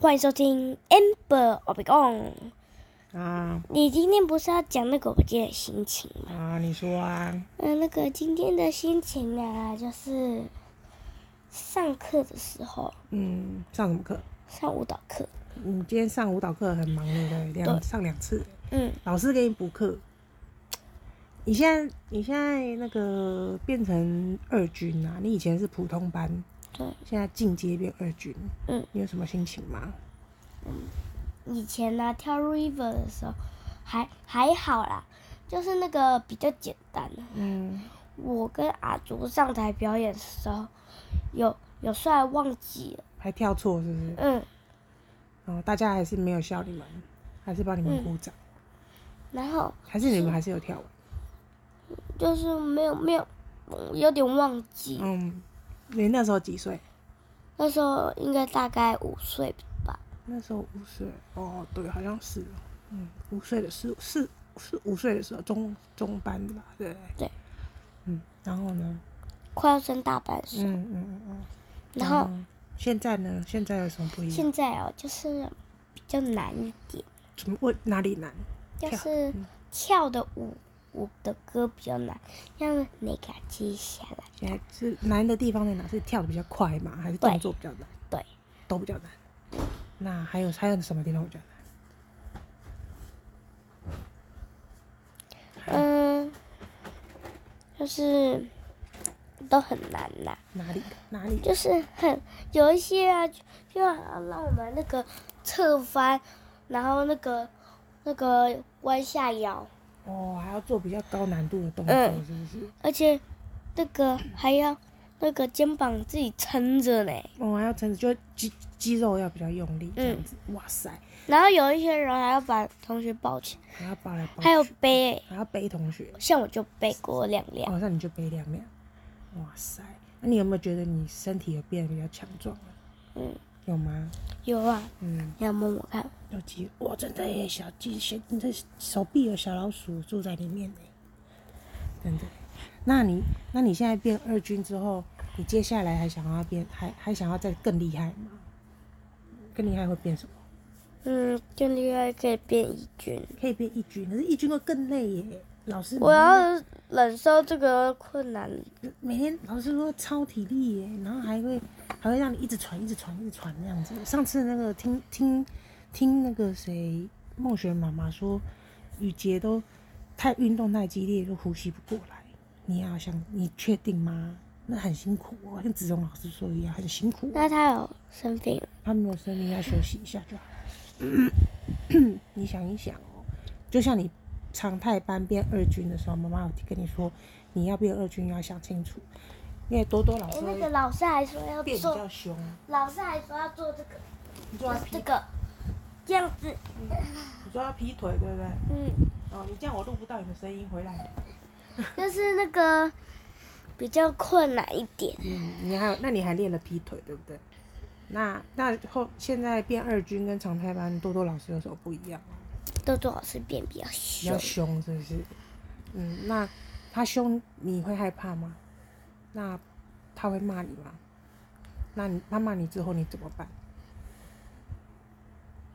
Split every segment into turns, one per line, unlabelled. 欢迎收听 Amber 我 b e
啊
你今天不是要讲那个我今天的心情吗？
啊，你说啊，
嗯、那个今天的心情啊，就是上课的时候，
嗯，上什么课？
上舞蹈课，
你今天上舞蹈课很忙，对不对？两上两次，
嗯，
老师给你补课。你现在你现在那个变成二军啊？你以前是普通班，
对，
现在进阶变二军，
嗯，
你有什么心情吗？
以前呢、跳 river 的时候还还好啦，就是那个比较简单的。
嗯，
我跟阿竹上台表演的时候，有有时候还忘记了，
还跳错是不是？
嗯，
然后大家还是没有笑你们，还是帮你们鼓掌，
然后
还是你们还是有跳舞？
就是没有没有，嗯有点忘记。
嗯，你那时候几岁？
那时候应该大概五岁吧，
那时候五岁哦，对，好像是，嗯，五岁的是是是五岁的时候中中班的吧，对
对，
嗯，然后呢，
快要升大班的时候。
嗯嗯嗯
然后
嗯，现在呢，现在有什么不一样？
哦现在哦，就是比较难一点，
怎么问哪里难？
就
跳嗯
是跳的舞舞的歌比较难，让你给它啊接下来。
现在是难的地方在哪？是跳的比较快吗？还是动作比较难？
对，
都比较难。那还有还有什么地方比较难？
嗯，就是都很难啦、
哪里哪里？
就是很有一些啊，就就要让我们那个侧翻，然后那个那个弯下腰，
哦，还要做比较高难度的动作，
嗯
是不是？
而且那个还要那个肩膀自己撑着呢。
哦，还要撑，就肌肌肉要比较用力，
嗯
这样子。哇塞，
然后有一些人还要把同学抱起来，
还要抱来抱去，
还有背欸，
还要背同学，
像我就背过两辆。
哦，那你就背两两。哇塞，那你有没有觉得你身体有变得比较强壮了？
嗯，
有吗？
有啊，
嗯，
你要摸摸看。
有肌，哇，真的耶，小肌小，你的手臂有小老鼠住在里面呢，真的。那你，那你现在变二军之后，你接下来还想要变，还还想要再更厉害吗？更厉害会变什么？
嗯，更厉害可以变一军。
可以变一军，可是一军会更累耶。老师，
我要忍受这个困难。
每天老师说超体力耶，然后还会还会让你一直喘、一直喘、一直喘那样子。上次那个听听听那个谁梦璇妈妈说，雨杰都太运动太激烈，都呼吸不过来。你要想，你确定吗？那很辛苦哦，跟子荣老师说一样，很辛苦、哦
那他有生病了，
他没有生病，要休息一下就好。你想一想哦，就像你常态班变二军的时候，妈妈有跟你说，你要变二军要想清楚，因为多多老
哎
师，
那
会
个
变
老师还说要
比
做，
较凶，
老师还说要做这个，
你说要劈
这，个这样子。
你说要劈腿，对不对？
嗯，
哦，你这样我录不到你的声音回来。
就是那个比较困难一点。
嗯，你还有，那你还练了劈腿，对不对？那那后现在变二军跟常态班多多老师有什么不一样？
豆豆老师变比较
比较
凶，
凶，是不是？嗯，那他凶你会害怕吗？那他会骂你吗？那你他骂你之后你怎么办？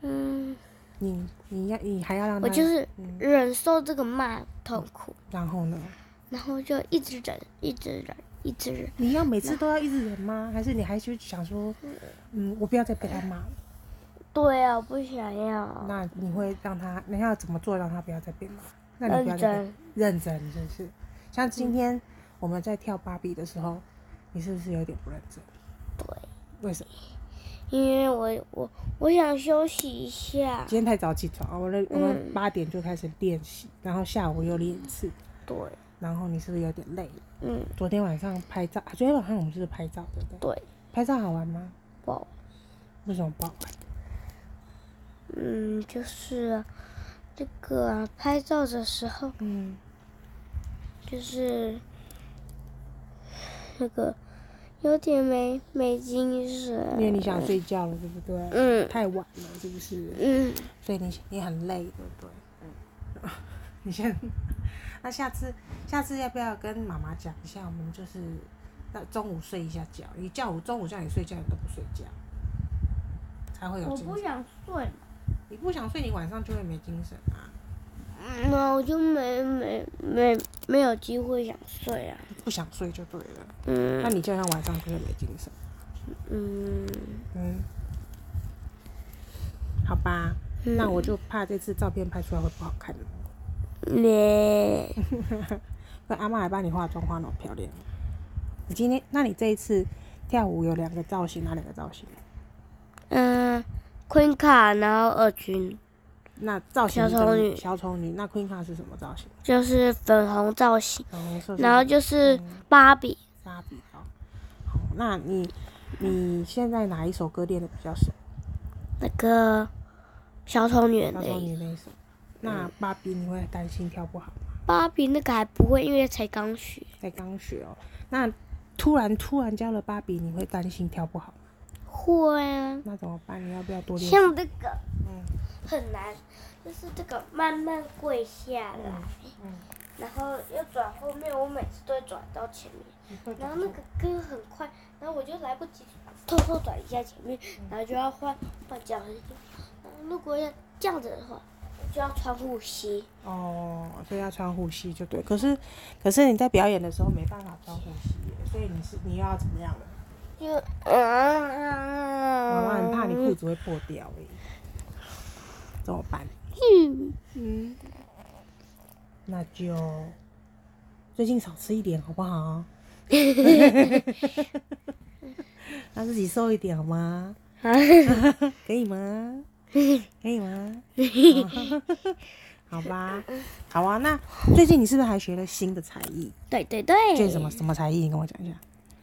嗯，
你你要你还要让他
我就是
嗯，
忍受这个骂痛苦，
然后呢？
然后就一直忍，一直忍，一直忍。
你要每次都要一直忍吗？还是你还是想说，嗯，我不要再被他骂了？
对啊，我不想要。
那你会让他，你要怎么做让他不要再被骂？那你
认
不要再被
真，
认真，是不是？像今天我们在跳芭比的时候，你是不是有点不认真？
对，
为什么？
因为我我我想休息一下。
今天太早起床，哦我们我们
嗯
八点就开始练习，然后下午又练一次，
对，
然后你是不是有点累？
嗯，
昨天晚上拍照，啊昨天晚上我们是不是拍照，对不对？
对，
拍照好玩吗？
不，
为什么不好玩？
嗯，就是这个啊拍照的时候，
嗯，
就是那个有点没没精神。
因为你想睡觉了，对不对？
嗯
太晚了，是不是？
嗯，
所以你你很累，对不对？嗯， 你先，那下次下次要不要跟妈妈讲一下？我们就是那中午睡一下觉，你叫我中午叫你睡觉，你都不睡觉。才会有
我
精
不
神。
想睡。
你不想睡，你晚上就会没精神啊。
嗯，那我就没没没没有机会想睡啊。
不想睡就对了，那
嗯
你这样晚上就会没精神。
嗯，
嗯，好吧，那我就怕这次照片拍出来会不好看。
嗯没
那阿妈还帮你化妆，化那么漂亮。你今天，那你这一次跳舞有两个造型，哪两个造型？
嗯昆卡，然后二军
那造型
小
是怎
丑
么
女
小丑女。那 Queen Card 是什么造型？
就是粉红造型，
粉红色是
然后就是
嗯
芭比。
芭比哦。好，那你你现在哪一首歌练的比较深？
那个小丑女
小
人
丑
而已。
女那一首。那芭比你会担心跳不好吗？
芭比那个还不会，因为才刚学，
才刚学哦。那突然突然教了芭比，你会担心跳不好吗？
会啊。
那怎么办？你要不要多练习？
像这个
嗯
很难，就是这个慢慢跪下来，
嗯
然后又转后面，我每次都会转到前面，
你会
然后
转
那
过
个歌很快，然后我就来不及偷偷转一下前面，
嗯
然后就要换换脚一个然后如果要这样子的话，就要穿护膝。
哦，所以要穿护膝就对。可是可是你在表演的时候没办法穿护膝耶，所以你是你又要怎么样了？
就妈
妈妈很怕你裤子会破掉耶，怎么办？嗯，那就最近少吃一点好不好？让自己瘦一点好吗？可以吗？可以吗？ 好吧，好啊。那最近你是不是还学了新的才艺？
对对对，
这是什么什么才艺？你跟我讲一下。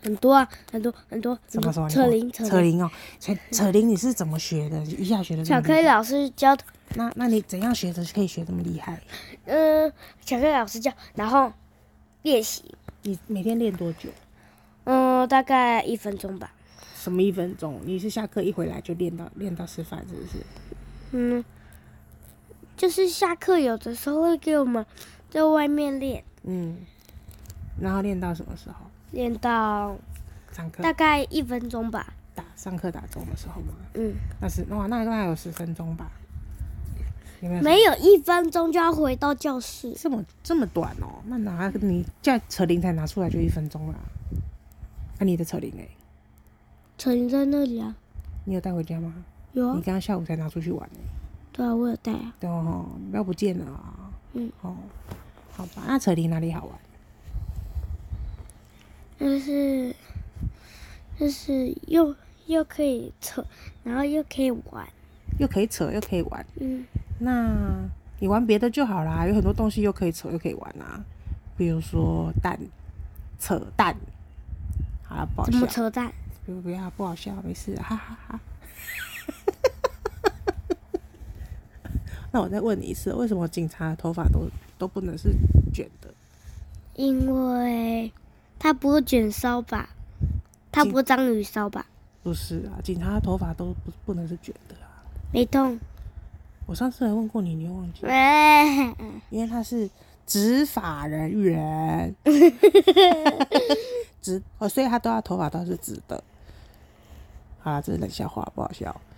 很多啊，很多很多，
什么什么？
扯铃
你跟我嗯扯
铃。
铃哦，扯扯铃，你是怎么学的？一下学的这
巧
么
克力
厉害？
老师教的，
那那你怎样学的可以学这么厉害？
嗯，巧克力老师教，然后练习，
你每天练多久？
嗯，大概一分钟吧，
什么一分钟？你是下课一回来就练到练到吃饭是不是？
嗯，就是下课有的时候会给我们在外面练，
嗯，然后练到什么时候？
练到
上课
大概一分钟吧，
打上课打钟的时候吗？
嗯，
那是哇，那那有十分钟吧？有没有？
没有一分钟就要回到教室，
这么这么短哦，那拿你叫扯铃才拿出来就一分钟啦。那、你的扯铃哎，
陈琳在那里啊，
你有带回家吗？
有
你
啊，
刚刚下午才拿出去玩哎。
对啊，我有带啊，
对哦，不要不见了啊。
嗯。
哦，好吧，那扯铃哪里好玩？
就是就是又又可以扯，然后又可以玩，
又可以扯又可以玩，
嗯。
那你玩别的就好啦，有很多东西又可以扯又可以玩啊，比如说蛋，扯蛋。好了，不好
怎么
笑，
扯蛋？
不不要不好笑，没事，哈哈哈。 那我再问你一次，为什么警察的头发都都不能是卷的？
因为它不是卷烧吧？它不是章鱼烧吧？
不是啊，警察的头发都不不能是卷的啊。
没动。
我上次还问过你，你又忘记了。
哎，
因为他是执法人员，直哦，所以他都要头发都是直的。好啦，这是冷笑话，不好笑。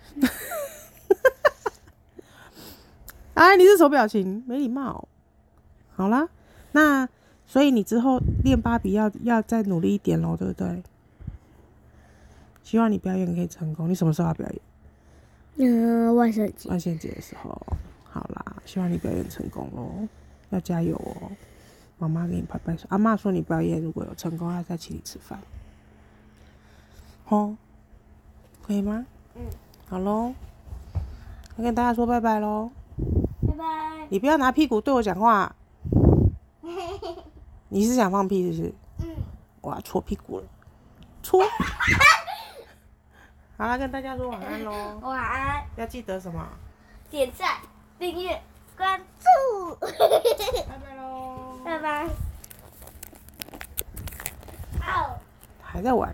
哎，你是什么表情？没礼貌。好啦，那所以你之后练芭比要要再努力一点喽，对不对？希望你表演可以成功。你什么时候要表演？
嗯，万圣节。
万圣节的时候，好啦，希望你表演成功喽，要加油哦！妈妈给你拍拍手，阿妈说你表演如果有成功，要再请你吃饭，哦，可以吗？
嗯，
好喽，要跟大家说拜拜喽，
拜拜。
你不要拿屁股对我讲 话，你是想放屁是不是？
嗯，
哇，戳屁股了， 戳！好啦，跟大家说晚安喽，
晚安，
要记得什么？
点赞、订阅、关 注，
拜拜喽，
拜拜。哦，
还在玩。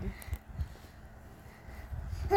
嘿。